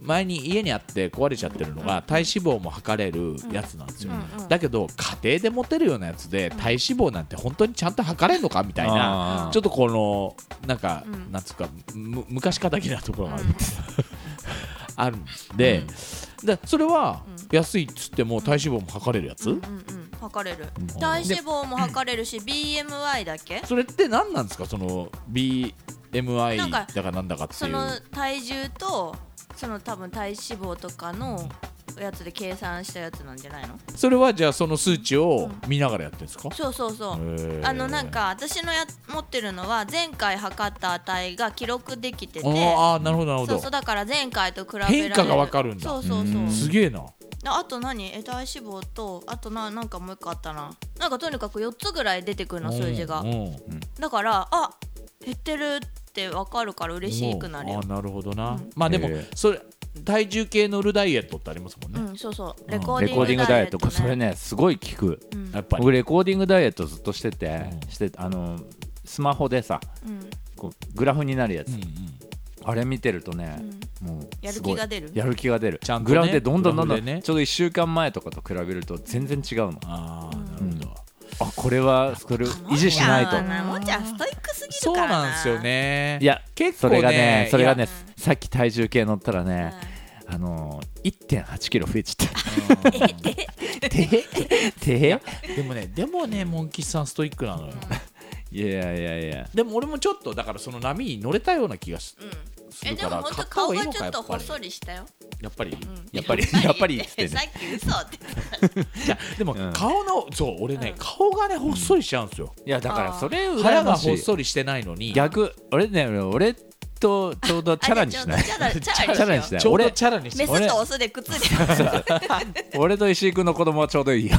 [SPEAKER 2] 前に家にあって壊れちゃってるのが体脂肪も測れるやつなんですよ
[SPEAKER 4] うんうん
[SPEAKER 2] だけど家庭で持てるようなやつで体脂肪なんて本当にちゃんと測れんのかみたいな
[SPEAKER 3] あー
[SPEAKER 2] ちょっとこのなんか、
[SPEAKER 4] うん
[SPEAKER 2] なんつうかむ昔かだけなところがある,、
[SPEAKER 4] うん
[SPEAKER 2] あるんで、でそれは安いっつっても体脂肪も測れるやつ、
[SPEAKER 4] うんうんうん測れる体脂肪も測れるし BMI だっけ
[SPEAKER 2] それって何なんですかその BMI
[SPEAKER 4] なん
[SPEAKER 2] だ
[SPEAKER 4] か
[SPEAKER 2] かなんだかって
[SPEAKER 4] そ
[SPEAKER 2] いう
[SPEAKER 4] の体重とその多分体脂肪とかのやつで計算したやつなんじゃないの
[SPEAKER 2] それはじゃあその数値を見ながらやってるんですか、
[SPEAKER 4] そうそうそう
[SPEAKER 2] へー
[SPEAKER 4] あのなんか私のや持ってるのは前回測った値が記録できてて
[SPEAKER 2] あーあーなるほどなるほ
[SPEAKER 4] そ
[SPEAKER 2] ど
[SPEAKER 4] うそうだから前回と比べられる
[SPEAKER 2] 変化がわかるんだ
[SPEAKER 4] そうそうそううん
[SPEAKER 2] すげえな
[SPEAKER 4] ああと何え体脂肪とあとななんかもう一個あったななんかとにかく4つぐらい出てくるの数字が
[SPEAKER 2] うんうん
[SPEAKER 4] だからあ減ってるってわかるから嬉しくなるよ
[SPEAKER 2] あーなるほどな、まあでも、
[SPEAKER 3] へえ
[SPEAKER 2] それ体重計乗るダイエットってありますもん
[SPEAKER 4] う
[SPEAKER 2] ね、
[SPEAKER 4] んそうそうレコー
[SPEAKER 3] レ
[SPEAKER 4] デ
[SPEAKER 3] コーデ
[SPEAKER 4] ィ
[SPEAKER 3] ィン
[SPEAKER 4] ング
[SPEAKER 3] グ
[SPEAKER 4] ダ
[SPEAKER 3] ダ
[SPEAKER 4] イ
[SPEAKER 3] イ
[SPEAKER 4] エ
[SPEAKER 3] エ
[SPEAKER 4] ッ
[SPEAKER 3] ッ
[SPEAKER 4] ト
[SPEAKER 3] ト
[SPEAKER 4] ね
[SPEAKER 3] これねすごい効く
[SPEAKER 4] うん
[SPEAKER 2] やっぱり
[SPEAKER 3] 僕レコーディングダイエットずっとしてて、
[SPEAKER 2] うん
[SPEAKER 3] してあのスマホでさ
[SPEAKER 4] うん
[SPEAKER 3] こうグラフになるやつ、
[SPEAKER 2] うんうん
[SPEAKER 3] あれ見てるとね、もう
[SPEAKER 4] やる
[SPEAKER 3] すご
[SPEAKER 4] 気
[SPEAKER 3] い
[SPEAKER 4] が出る
[SPEAKER 3] やる気が出る
[SPEAKER 2] ちゃんとね
[SPEAKER 3] グラフでどんどんどん
[SPEAKER 2] グ
[SPEAKER 3] ど
[SPEAKER 2] ラ
[SPEAKER 3] ん、
[SPEAKER 2] フでね
[SPEAKER 3] ちょうど1週間前とかと比べると全然違うの
[SPEAKER 2] ああなるほど、
[SPEAKER 3] あこれはこれ維持しないと
[SPEAKER 4] もんちゃんもんちゃんストイックすぎ
[SPEAKER 2] そ
[SPEAKER 4] る
[SPEAKER 2] う
[SPEAKER 4] からな
[SPEAKER 2] なんですよね
[SPEAKER 3] いや
[SPEAKER 2] 結構
[SPEAKER 3] それがねそれが
[SPEAKER 2] い
[SPEAKER 3] ね
[SPEAKER 2] や
[SPEAKER 3] さっき体重計乗ったら
[SPEAKER 4] うん
[SPEAKER 3] ね、あの1 8キロ増えちゃ ったて へてへ
[SPEAKER 2] でもねでもねモンキーさんストイックなのよ
[SPEAKER 3] いやいやいや
[SPEAKER 2] でも俺もちょっとだからその波に乗れたような気がす
[SPEAKER 4] うん
[SPEAKER 2] す
[SPEAKER 4] え
[SPEAKER 2] る
[SPEAKER 4] で
[SPEAKER 2] か
[SPEAKER 4] も
[SPEAKER 2] ら買
[SPEAKER 4] 本当
[SPEAKER 2] った方
[SPEAKER 4] 顔
[SPEAKER 2] がい
[SPEAKER 4] が
[SPEAKER 2] いの
[SPEAKER 4] ちょ
[SPEAKER 2] か
[SPEAKER 4] っ
[SPEAKER 2] や
[SPEAKER 4] と
[SPEAKER 2] っぱ
[SPEAKER 4] ほっ
[SPEAKER 2] り
[SPEAKER 4] そりしたよ
[SPEAKER 2] やっぱり
[SPEAKER 4] うん
[SPEAKER 3] やっぱりやっぱりっつって
[SPEAKER 4] さ
[SPEAKER 3] ね
[SPEAKER 4] っき嘘って
[SPEAKER 2] でも
[SPEAKER 3] うん
[SPEAKER 2] 顔のそう俺ね顔がねほっそりしちゃうんですよ
[SPEAKER 3] いやだからそれ
[SPEAKER 2] 腹
[SPEAKER 3] 羨
[SPEAKER 2] が
[SPEAKER 3] まし
[SPEAKER 2] ほっ
[SPEAKER 3] い
[SPEAKER 2] そりしてないのに
[SPEAKER 3] 逆俺ね俺とちょうどチャラにしない
[SPEAKER 4] チャラチャ
[SPEAKER 3] チャ
[SPEAKER 4] ラ
[SPEAKER 3] ラ
[SPEAKER 4] に
[SPEAKER 3] に
[SPEAKER 4] し
[SPEAKER 3] し
[SPEAKER 4] よ
[SPEAKER 3] な
[SPEAKER 2] ち
[SPEAKER 3] い
[SPEAKER 2] ょうど
[SPEAKER 3] 俺
[SPEAKER 2] チャラにし
[SPEAKER 4] う
[SPEAKER 2] て
[SPEAKER 4] メスとオスでくっついてる
[SPEAKER 3] 俺と石井君の子供はちょうどいいよ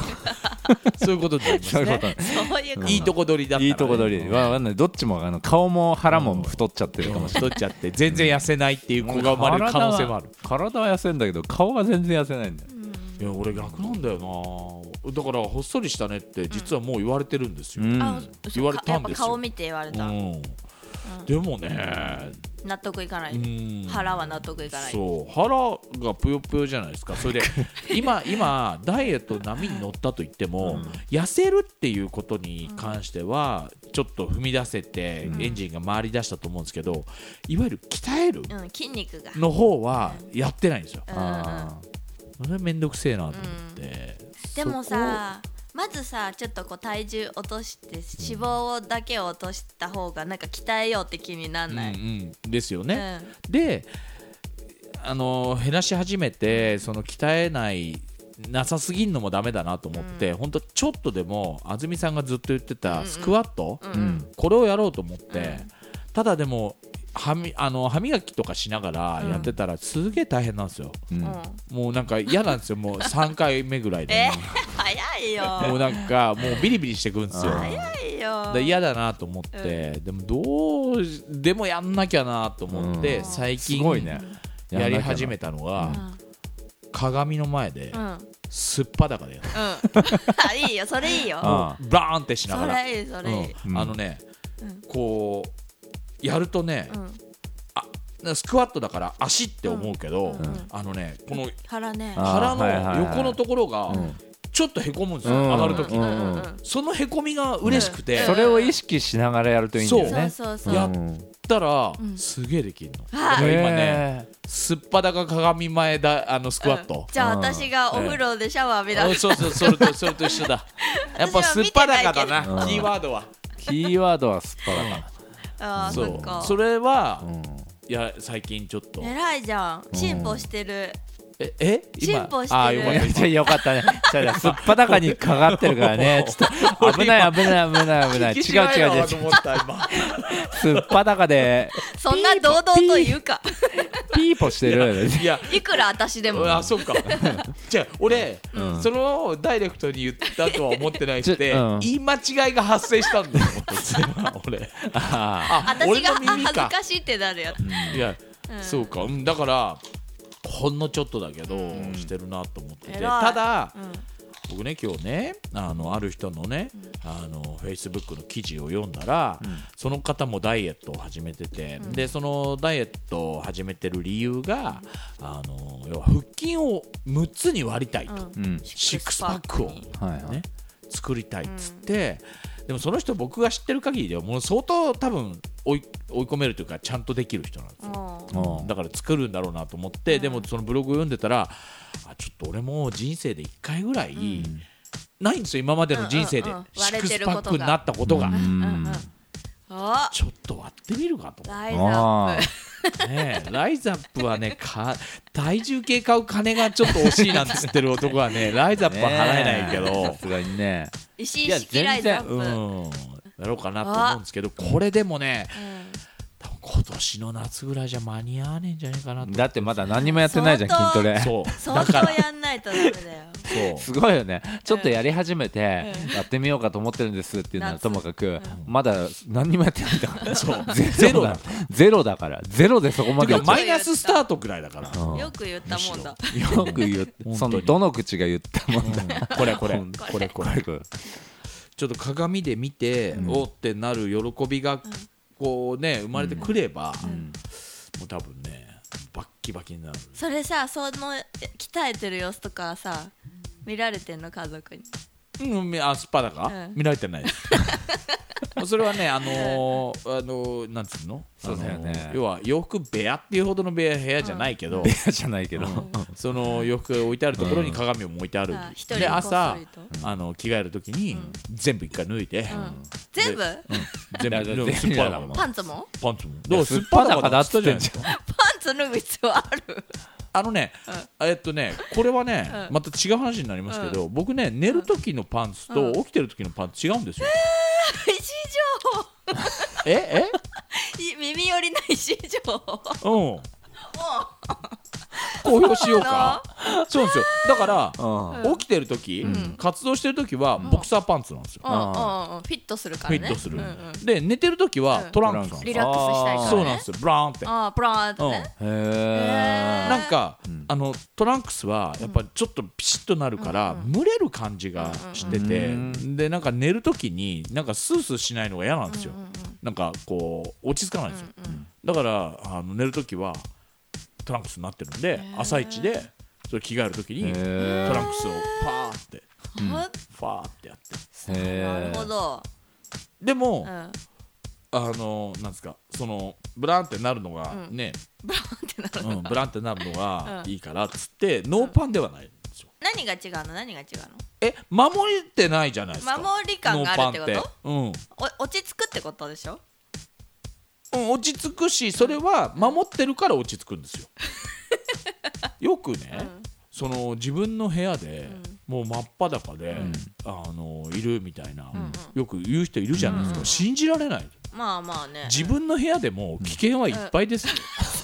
[SPEAKER 2] そういうことになりま
[SPEAKER 3] そ
[SPEAKER 2] す
[SPEAKER 3] ういう
[SPEAKER 2] ね
[SPEAKER 3] こと
[SPEAKER 4] そういうこと
[SPEAKER 2] いいとこ取りだったらね
[SPEAKER 3] いいとこ 取り、わわかんない、どっちもあの顔も腹も太っちゃってるかもしれない。
[SPEAKER 2] 太っちゃって全然痩せないっていう子が生まれる可能性もある
[SPEAKER 3] 体は痩せんだけど顔は全然痩せないんだよ、
[SPEAKER 2] いや俺逆なんだよなだからほっそりしたねって実はもう言われてるんですよ、
[SPEAKER 4] あ嘘
[SPEAKER 2] 言われたんですよ
[SPEAKER 4] やっぱ顔見て言われ
[SPEAKER 2] う
[SPEAKER 4] た
[SPEAKER 2] んでもね、
[SPEAKER 4] 納得いかな
[SPEAKER 2] う
[SPEAKER 4] い
[SPEAKER 2] ん、
[SPEAKER 4] 腹は納得いかない
[SPEAKER 2] そう腹がぷよぷよじゃない ですかそれで今今ダイエット波に乗ったといっても、痩せるっていうことに関してはちょっと踏み出せてエンジンが回り出したと思うんですけどいわゆる鍛える
[SPEAKER 4] うん筋肉が
[SPEAKER 2] の方はやってないんですよ、
[SPEAKER 4] うんうん
[SPEAKER 3] あ
[SPEAKER 2] それめんどくせえなと思って、
[SPEAKER 4] でもさまずさちょっとこう体重落として脂肪だけを落とした方がなんか鍛えようって気にな
[SPEAKER 2] そ
[SPEAKER 4] ん
[SPEAKER 2] こを
[SPEAKER 4] な
[SPEAKER 2] う
[SPEAKER 4] い
[SPEAKER 2] んうんですよね、
[SPEAKER 4] うん
[SPEAKER 2] であの減らし始めてその鍛えないなさすぎんのもダメだなと思って、ほんとちょっとでも安住さんがずっと言ってたスクワット、
[SPEAKER 3] ーうん
[SPEAKER 2] これをやろうと思って、ただでもはみあの歯磨きとかしながらやってたらすげえ大変なんですよ、
[SPEAKER 3] うん
[SPEAKER 4] うん
[SPEAKER 2] もうなんか嫌なんですよもう3回目ぐらいで、
[SPEAKER 4] え早 早いよ
[SPEAKER 2] もうなんかもうビリビリしてくるんですよだ
[SPEAKER 3] あ
[SPEAKER 2] か
[SPEAKER 4] 早いよ
[SPEAKER 2] ら嫌だなと思って、でもどうしでもやんなきゃなと思って、
[SPEAKER 4] うん
[SPEAKER 2] 最
[SPEAKER 3] す
[SPEAKER 2] 近
[SPEAKER 3] ごいね
[SPEAKER 2] やり始め
[SPEAKER 3] た
[SPEAKER 2] たの
[SPEAKER 4] う
[SPEAKER 2] が
[SPEAKER 4] ん
[SPEAKER 2] 鏡の前で
[SPEAKER 4] うんうん
[SPEAKER 2] すっぱだかでやる
[SPEAKER 4] いいよそれいいよ
[SPEAKER 3] あ
[SPEAKER 2] もうバーンってしな
[SPEAKER 4] そ
[SPEAKER 2] がら、
[SPEAKER 4] れいいそれいい
[SPEAKER 2] うん、あのね、
[SPEAKER 4] うん
[SPEAKER 2] こうやるとね、
[SPEAKER 4] うん
[SPEAKER 2] スクワットだから足って思うけど、
[SPEAKER 4] うんうん
[SPEAKER 2] あのねこの
[SPEAKER 4] 腹ね
[SPEAKER 3] あ
[SPEAKER 2] 腹
[SPEAKER 3] はいはいは
[SPEAKER 2] の
[SPEAKER 3] い
[SPEAKER 2] 横のところが
[SPEAKER 3] うん
[SPEAKER 2] ちょっとへこむんですよ、
[SPEAKER 3] うん
[SPEAKER 2] 上がる
[SPEAKER 3] あ
[SPEAKER 2] とき、
[SPEAKER 3] うんうん
[SPEAKER 2] そのへこみが嬉しくて、
[SPEAKER 4] うん
[SPEAKER 3] それを意識しながらやるといいんだよね
[SPEAKER 4] そうそうそう
[SPEAKER 2] や
[SPEAKER 3] ん
[SPEAKER 2] ったら、
[SPEAKER 4] うん
[SPEAKER 2] すげえできるの、
[SPEAKER 4] あ
[SPEAKER 2] だから今ね
[SPEAKER 3] へ
[SPEAKER 2] すっぱだか鏡前だあのスクワット、
[SPEAKER 4] じゃあ
[SPEAKER 3] うん
[SPEAKER 4] 私がお風呂でシャワー浴び
[SPEAKER 2] あ
[SPEAKER 4] だ
[SPEAKER 2] そうそうそれとそれと一緒だやっぱすっぱだかだ
[SPEAKER 3] 私は見てないけ
[SPEAKER 2] な
[SPEAKER 3] ど
[SPEAKER 2] キーワードは、
[SPEAKER 3] ーキーワードはすっぱだか
[SPEAKER 4] あー
[SPEAKER 2] そ
[SPEAKER 4] そっ
[SPEAKER 2] う
[SPEAKER 4] か
[SPEAKER 2] それは、
[SPEAKER 3] らうん
[SPEAKER 2] いや最近ちょっと
[SPEAKER 4] 偉いじゃん進歩してる
[SPEAKER 2] ええ今
[SPEAKER 4] 進歩してる
[SPEAKER 2] あーよ
[SPEAKER 3] い
[SPEAKER 2] か
[SPEAKER 3] や
[SPEAKER 2] っ
[SPEAKER 3] いやよかったね。じ ゃあすっぱだかにかかってるからね。 ちょっと危 ない危ない危ない危な
[SPEAKER 2] た
[SPEAKER 3] い。違う
[SPEAKER 2] 聞き違え よ
[SPEAKER 3] 違う違う。
[SPEAKER 2] と思った今
[SPEAKER 3] すっぱだかで
[SPEAKER 4] そんな堂々と言うか
[SPEAKER 3] ピーポしてる。
[SPEAKER 2] いや
[SPEAKER 4] いくら私でも
[SPEAKER 2] あそうかじゃあ俺、そのダイレクトに言ったとは思ってないし
[SPEAKER 3] ち
[SPEAKER 2] て、
[SPEAKER 3] ょうん
[SPEAKER 2] 言い間違いが発生したん だよ 俺
[SPEAKER 3] あ
[SPEAKER 2] あ
[SPEAKER 4] 私が
[SPEAKER 2] 俺の
[SPEAKER 4] 恥
[SPEAKER 2] 耳
[SPEAKER 4] ず
[SPEAKER 2] か
[SPEAKER 4] かしいってなるやつ
[SPEAKER 2] いや、
[SPEAKER 4] うん
[SPEAKER 2] そうか、うん、だからほんのちょっとだけど、してるなと思ってて
[SPEAKER 4] 偉い
[SPEAKER 2] ただ、
[SPEAKER 4] うん
[SPEAKER 2] 僕ね今日ねあのある人のね、あのフェイスブックの記事を読んだら、その方もダイエットを始めてて、でそのダイエットを始めてる理由が、あの要は腹筋を6つに割りたいと、
[SPEAKER 4] う
[SPEAKER 3] うんん。
[SPEAKER 2] シックスパックを、
[SPEAKER 3] はいはい
[SPEAKER 2] ね、作りたいっつって、でもその人僕が知ってる限りではもう相当多分追い追い込めるというかちゃんとできる人なんですよ。
[SPEAKER 4] う
[SPEAKER 3] うん
[SPEAKER 2] だから作るんだろうなと思って、でもそのブログ読んでたらあちょっと俺もう人生で1回ぐらい、ないんですよ今までの人生で、
[SPEAKER 4] うんうんうん
[SPEAKER 2] シック
[SPEAKER 4] 割れて
[SPEAKER 2] ス
[SPEAKER 4] る
[SPEAKER 2] パ
[SPEAKER 4] ことが
[SPEAKER 2] ックになったことが、
[SPEAKER 4] んうんうんお
[SPEAKER 2] ちょっと割ってみるかと思
[SPEAKER 4] ライザ
[SPEAKER 3] あ
[SPEAKER 4] ップ
[SPEAKER 2] ってね ライザップはねか体重計買う金がちょっと惜しいなんて言ってる男はねライザップは払えないけ
[SPEAKER 3] ねえ
[SPEAKER 2] ど
[SPEAKER 3] さ。すがにね。
[SPEAKER 4] 石
[SPEAKER 2] い
[SPEAKER 4] 井
[SPEAKER 2] や
[SPEAKER 4] 式ライ
[SPEAKER 2] 全
[SPEAKER 4] ザ
[SPEAKER 2] 然
[SPEAKER 4] ップ
[SPEAKER 2] う
[SPEAKER 4] うん
[SPEAKER 2] んやろうかなと思うんですけどこれでもね多分今年の夏ぐらいじゃ間に合わねえんじゃないかなと
[SPEAKER 3] だってまだ何にもやってないじゃん筋
[SPEAKER 4] 相当
[SPEAKER 3] トレ。
[SPEAKER 2] そう
[SPEAKER 4] 相
[SPEAKER 2] だから
[SPEAKER 4] 当やんないとダメだよ
[SPEAKER 2] そう
[SPEAKER 3] すごいよね。ちょっとやり始めてやってみようかと思ってるんですっていうのは
[SPEAKER 4] 夏
[SPEAKER 3] ともかくまだ何にもやってないんだから。
[SPEAKER 2] そう
[SPEAKER 3] ゼロだ。ゼロだから。ゼロでそこま
[SPEAKER 2] てか
[SPEAKER 3] で行っちゃう。
[SPEAKER 2] マイナススタートぐらいだから
[SPEAKER 3] うん
[SPEAKER 4] よく言ったもんだ
[SPEAKER 3] よく言
[SPEAKER 2] 当
[SPEAKER 3] う。
[SPEAKER 2] に
[SPEAKER 3] そのどの口が言ったもんだ。
[SPEAKER 2] これこれ
[SPEAKER 4] これ
[SPEAKER 2] これちょっと鏡で見て、おーってなる喜びがこうね生まれてくれば、もう多分ねバッキバキになる
[SPEAKER 4] それさそのえ鍛えてる様子とかさ見られてんの家族に
[SPEAKER 2] うん、みあスパだか、
[SPEAKER 4] うん
[SPEAKER 2] 見られてない ですそれはねあのー、あのー、なんつうの
[SPEAKER 3] そうだよね
[SPEAKER 2] あのー要は洋服部屋っていうほどの部屋部屋じゃないけど、
[SPEAKER 3] ベアじゃないけど。
[SPEAKER 2] その洋服が置いてあるところに鏡も置いてある、
[SPEAKER 4] あ一人
[SPEAKER 2] で
[SPEAKER 4] こっそ
[SPEAKER 2] 朝
[SPEAKER 4] りと
[SPEAKER 2] あの着替える時に、全部一回脱いで、
[SPEAKER 4] 全部
[SPEAKER 2] 全
[SPEAKER 3] だ
[SPEAKER 2] 部
[SPEAKER 3] か
[SPEAKER 2] で
[SPEAKER 3] ら
[SPEAKER 2] も
[SPEAKER 3] 全
[SPEAKER 2] すっ
[SPEAKER 3] 部
[SPEAKER 2] ぱ
[SPEAKER 3] や
[SPEAKER 2] だ
[SPEAKER 3] ろ
[SPEAKER 2] から
[SPEAKER 4] パンツも
[SPEAKER 2] パンツも
[SPEAKER 3] や
[SPEAKER 2] どうすっぱだかだっつってん
[SPEAKER 3] す
[SPEAKER 2] じゃ
[SPEAKER 3] っ
[SPEAKER 2] ん
[SPEAKER 4] パンツ脱ぐ必要あ る
[SPEAKER 2] あのね、えっとねこれはね、また違う話になりますけど、僕ね寝る時のパンツと起きてる時のパンツ違うんですよ、
[SPEAKER 4] 石井情報
[SPEAKER 2] ええ
[SPEAKER 4] い耳寄りな石井情報
[SPEAKER 2] うん公表しようかそうなんですよだから
[SPEAKER 3] うん
[SPEAKER 4] うん
[SPEAKER 2] 起きてる時、活動してる時はボクサーパンツなんですよ、
[SPEAKER 4] うんうんうんフィットするから
[SPEAKER 2] フ
[SPEAKER 4] ね
[SPEAKER 2] ィットする、
[SPEAKER 4] うんうん
[SPEAKER 2] で寝てる時は
[SPEAKER 4] うん
[SPEAKER 2] トランクなんです
[SPEAKER 4] リ
[SPEAKER 2] よ、
[SPEAKER 4] ラックスしたいからね
[SPEAKER 2] そうなんですよブラーンって
[SPEAKER 4] ああプランってね
[SPEAKER 3] へえ
[SPEAKER 4] ー
[SPEAKER 2] なんか、あのトランクスはやっぱりちょっとピシッとなるから、蒸れる感じがしてて、
[SPEAKER 3] うん
[SPEAKER 2] でなんか寝る時になんかスースーしないのが嫌なんですよ、
[SPEAKER 4] うんうん
[SPEAKER 2] なんかこう落ち着かないんですよ、
[SPEAKER 4] うん
[SPEAKER 2] だからあの寝る時はトランクスになってるんで朝一でそれ着替える時にト
[SPEAKER 3] へ
[SPEAKER 2] ランクスをパーって
[SPEAKER 4] うんほん
[SPEAKER 2] ファーってやって
[SPEAKER 4] なるほど
[SPEAKER 2] でも、
[SPEAKER 4] うんバンっ
[SPEAKER 2] あのなんですかそのブランってなるのが
[SPEAKER 4] うん
[SPEAKER 2] ね、
[SPEAKER 4] てな
[SPEAKER 2] う
[SPEAKER 4] る
[SPEAKER 2] んブランってなるのが
[SPEAKER 4] うん
[SPEAKER 2] いいからっつって、ノーパンではないんですよ
[SPEAKER 4] 何が違うの何が違う
[SPEAKER 2] え守ってないじゃないですか
[SPEAKER 4] 守り感があるってこと
[SPEAKER 2] ノーパンって
[SPEAKER 4] のお落ち着くってことでしょ
[SPEAKER 2] うん、うん、落ち着くしそれは守ってるから落ち着くん ですよよくね、その自分の部屋で、もう真っ裸で、あのいるみたいな、よく言う人いるじゃないですか、信じられない
[SPEAKER 4] まあまあね
[SPEAKER 2] 自分の部屋でも危険はいっぱいですよ、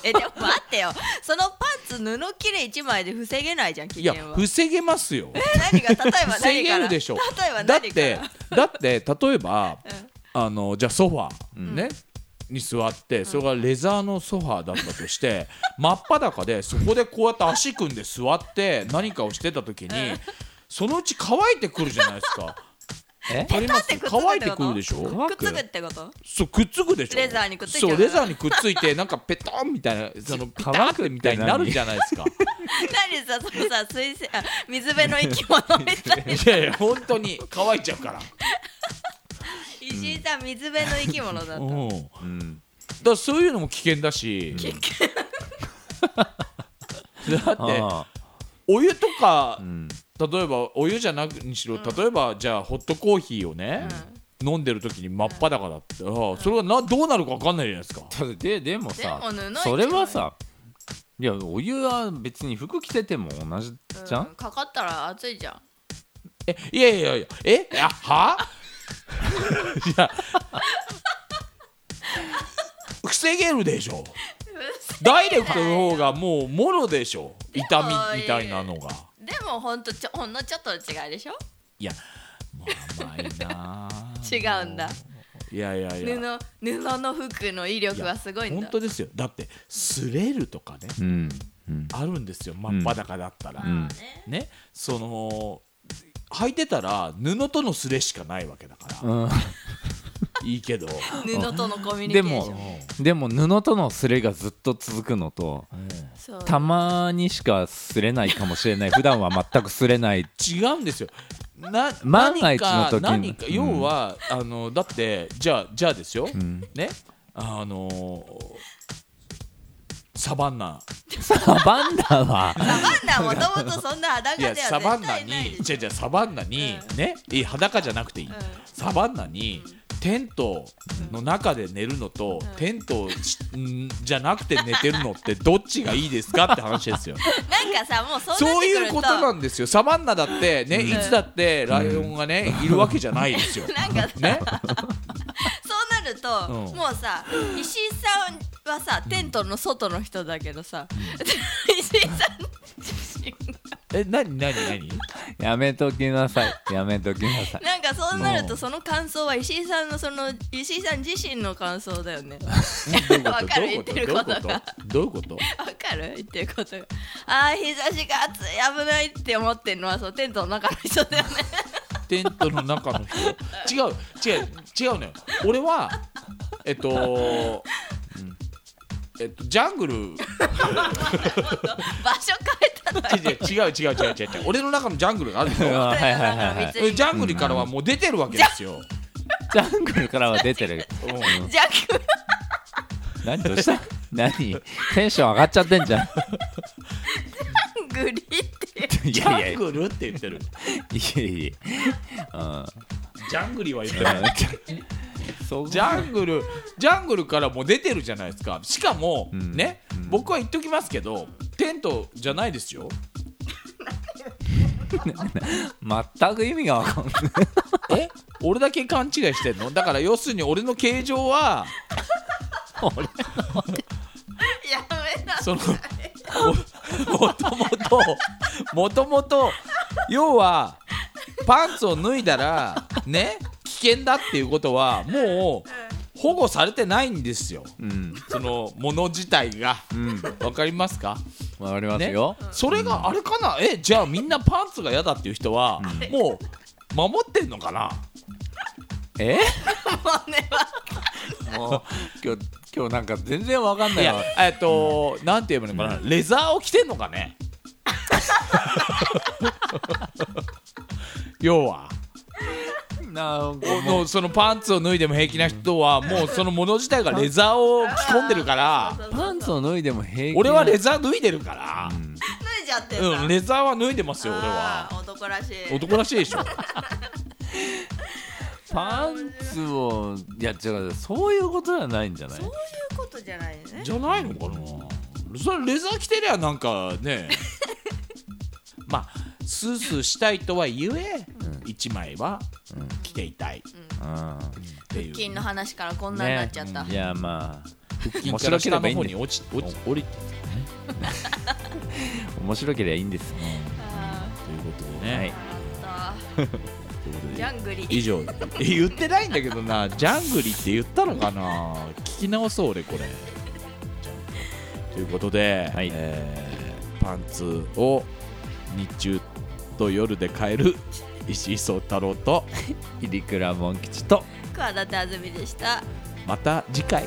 [SPEAKER 4] えでも待ってよそのパンツ布切れ一枚で防げないじゃん期
[SPEAKER 2] いや
[SPEAKER 4] 限は
[SPEAKER 2] 防げますよ
[SPEAKER 4] 何が例えば何から
[SPEAKER 2] 防げるでしょ
[SPEAKER 4] 例えば何か
[SPEAKER 2] だ
[SPEAKER 4] ら
[SPEAKER 2] ってだって例えば、あのじゃあソファーね、に座ってそれがレザーのソファーだったと して、真っ裸でそこでこうやって足組んで座って何かをしてた時に、そのうち乾いてくるじゃないですか。
[SPEAKER 3] え
[SPEAKER 2] わかります
[SPEAKER 4] ペタってくっつくってこと
[SPEAKER 2] 乾いてくるでしょ
[SPEAKER 4] くっつくってこと
[SPEAKER 2] そうくっつくでしょ
[SPEAKER 4] レザーにくっついちゃう
[SPEAKER 2] そうレザーにくっついてなんかペタンみたいなそのピタンってみたいになるじゃないですか。
[SPEAKER 4] 何さそれさ水星あ水辺の生き物みたいない
[SPEAKER 2] やいや本当に乾いちゃうから。
[SPEAKER 4] 石井さん水辺の生き物だった
[SPEAKER 2] うん。だか
[SPEAKER 3] うん
[SPEAKER 2] らそういうのも危険だし。危険。だって
[SPEAKER 3] あ
[SPEAKER 2] お湯とか
[SPEAKER 3] あうん
[SPEAKER 2] 例えばお湯じゃなくにしろ例えばじゃあホットコーヒーをね、飲んでる時に真っ裸だったら、それがなどうなるか分かんないじゃないですか。
[SPEAKER 3] ただででもさ
[SPEAKER 4] でも布一枚
[SPEAKER 3] それはさいやお湯は別に服着てても同じじゃ
[SPEAKER 4] うん
[SPEAKER 3] ん、
[SPEAKER 4] かかったら暑いじゃん
[SPEAKER 2] えいやいやいやえあはいや防げるでしょダイレクトの方がもうもろでし ょ痛みみたいなのが
[SPEAKER 4] でもほんとちょほんのちょっとの違いでしょ
[SPEAKER 2] いやもう甘いなあ
[SPEAKER 4] 違うんだ
[SPEAKER 2] いやいやい
[SPEAKER 4] 布
[SPEAKER 2] や
[SPEAKER 4] 布の服の威
[SPEAKER 2] い
[SPEAKER 4] 力
[SPEAKER 2] や
[SPEAKER 4] はすごいん
[SPEAKER 2] 本
[SPEAKER 4] だ
[SPEAKER 2] 当ですよだって擦れるとかね
[SPEAKER 3] うんうん
[SPEAKER 2] あるんですよ真っ裸だったら、
[SPEAKER 4] まあね
[SPEAKER 2] ねその履いてたら布との擦れしかないわけだから、
[SPEAKER 3] うん
[SPEAKER 2] いいけど
[SPEAKER 4] 布とのコミュニ
[SPEAKER 3] で
[SPEAKER 4] ケーション
[SPEAKER 3] もでも布とのすれがずっと続くのと
[SPEAKER 4] そう
[SPEAKER 3] たまにしかすれないかもしれない普段は全くすれない
[SPEAKER 2] 違うんですよ。な
[SPEAKER 3] 万が一の時に
[SPEAKER 2] 何か何か
[SPEAKER 3] うん
[SPEAKER 2] 要は、あのだってじゃあじゃあですよ、
[SPEAKER 3] ん
[SPEAKER 2] ねあのーサバンナ
[SPEAKER 3] サ バンナは
[SPEAKER 4] サバンナもともとそんな裸
[SPEAKER 2] い
[SPEAKER 4] では
[SPEAKER 2] や
[SPEAKER 4] 絶
[SPEAKER 2] サバンナ
[SPEAKER 4] 対ない
[SPEAKER 2] に
[SPEAKER 4] でし
[SPEAKER 2] じゃあじゃあサバンナに、ねいい裸じゃなくていい、
[SPEAKER 4] ん
[SPEAKER 2] サバンナにテントの中で寝るのと、テントしんじゃなくて寝てるのってどっちがいいですかって話 ですよ。
[SPEAKER 4] ょなんかさもうそう
[SPEAKER 2] そう
[SPEAKER 4] なっ
[SPEAKER 2] い
[SPEAKER 4] て
[SPEAKER 2] う
[SPEAKER 4] くる
[SPEAKER 2] こと
[SPEAKER 4] と
[SPEAKER 2] なんですよ。サバンナだってね、いつだってライオンがね、いるわけじゃないですよ。
[SPEAKER 4] なんかさ
[SPEAKER 2] ね、
[SPEAKER 4] そうなると、
[SPEAKER 2] うん
[SPEAKER 4] もうさ石井さんはさテントの外の人だけどさ、 石井さん自身が
[SPEAKER 2] え、なになになに。
[SPEAKER 3] やめときなさいやめときなさ い
[SPEAKER 4] なんかそうなる
[SPEAKER 2] う
[SPEAKER 4] と
[SPEAKER 2] ん
[SPEAKER 4] その感想は石井さんのその石井さん自身の感想だ よね
[SPEAKER 2] どういうこ
[SPEAKER 4] わ
[SPEAKER 2] と、ど
[SPEAKER 4] かる
[SPEAKER 2] ういう
[SPEAKER 4] 言っ
[SPEAKER 2] こと、
[SPEAKER 4] て
[SPEAKER 2] どうい
[SPEAKER 4] る
[SPEAKER 2] う
[SPEAKER 4] こ
[SPEAKER 2] こと
[SPEAKER 4] が
[SPEAKER 2] と、どういうこと。
[SPEAKER 4] わかる言ってることがあー日差しが暑い危ないって思ってるのはそのテントの中の人だ よね
[SPEAKER 2] テントの中の人。違う、違う、違うのよ。俺は、えっと。うんえっと、ジャングル
[SPEAKER 4] 場所変えたのよ
[SPEAKER 2] 違う違う違う違う違う違う俺の中のジャングルがあるでし
[SPEAKER 3] うん
[SPEAKER 2] ょ
[SPEAKER 3] はいはいはい
[SPEAKER 4] テント
[SPEAKER 2] ジャング
[SPEAKER 3] はい
[SPEAKER 4] の中の道
[SPEAKER 2] ルからはもう出てるわけですよ、
[SPEAKER 3] ジャングルからは出て る
[SPEAKER 2] うん
[SPEAKER 4] ジャック
[SPEAKER 3] 何どうした何テンション上がっちゃってん じゃん
[SPEAKER 4] グリーって
[SPEAKER 3] い
[SPEAKER 2] ジ
[SPEAKER 3] やいや
[SPEAKER 2] ャン
[SPEAKER 3] い
[SPEAKER 2] グルって言ってる
[SPEAKER 3] やいやうん
[SPEAKER 2] ジャングリは言ってない
[SPEAKER 3] そう
[SPEAKER 2] ジャングル、ジャングルからもう出てるじゃないですか。しかも、
[SPEAKER 3] ん
[SPEAKER 2] ね、僕は言っときますけど、テントじゃないですよ。
[SPEAKER 3] 全く意味がわかんない
[SPEAKER 2] え、俺だけ勘違いしてんの？だから要するに俺の形状は、
[SPEAKER 4] やめな
[SPEAKER 2] そのおもともともともと要はパンツを脱いだらね、危険だっていうことはもう保護されてないんですよ。
[SPEAKER 3] うん
[SPEAKER 2] そのもの自体が、
[SPEAKER 3] うん
[SPEAKER 2] わかりますか？
[SPEAKER 3] わかります
[SPEAKER 2] ね
[SPEAKER 3] よ、
[SPEAKER 2] それがあれかな、えじゃあみんなパンツが嫌だっていう人は、もう守ってんのかな
[SPEAKER 3] え
[SPEAKER 4] もうね
[SPEAKER 3] もう今日今日なんか全然わかんないい
[SPEAKER 2] や
[SPEAKER 3] わ
[SPEAKER 2] えっと、なんて言えばいいのかな、レザーを着てんのか ね要は
[SPEAKER 3] なんか
[SPEAKER 2] おのそのパンツを脱いでも平気な人はもうそのもの自体がレザーを着込んでるから
[SPEAKER 3] パンツを脱いでも平気
[SPEAKER 2] 俺はレザー脱いでるから、
[SPEAKER 4] 脱いじゃって
[SPEAKER 2] うん、レザーは脱いでますよ俺は
[SPEAKER 4] あー男らしい
[SPEAKER 2] 男らしいでしょ
[SPEAKER 3] パンツをいや違うそういうことじゃないんじゃない
[SPEAKER 4] そういうことじゃないよね
[SPEAKER 2] じゃないのかなそれレザー着てりゃなんかねまあスースーしたいとはゆえ、一1枚は着ていたいっ
[SPEAKER 3] うん
[SPEAKER 2] ていう、
[SPEAKER 4] 金の話からこんなになっちゃった、
[SPEAKER 3] いやまあ
[SPEAKER 2] 腹筋から下の方に落ち落ち降りて
[SPEAKER 3] 面白ければいいんです
[SPEAKER 4] あ
[SPEAKER 2] ということで
[SPEAKER 3] は
[SPEAKER 2] ね
[SPEAKER 3] い、
[SPEAKER 4] ーあ
[SPEAKER 2] ということ
[SPEAKER 4] った
[SPEAKER 2] で
[SPEAKER 4] ジャングリ
[SPEAKER 2] 以上言ってないんだけどなジャングリって言ったのかな聞き直そう俺これということで、
[SPEAKER 3] はい
[SPEAKER 2] えーパンツを日中と夜で買える石井聡太郎と
[SPEAKER 3] 入倉モン吉と
[SPEAKER 4] クワダテあずみでした
[SPEAKER 2] また次回。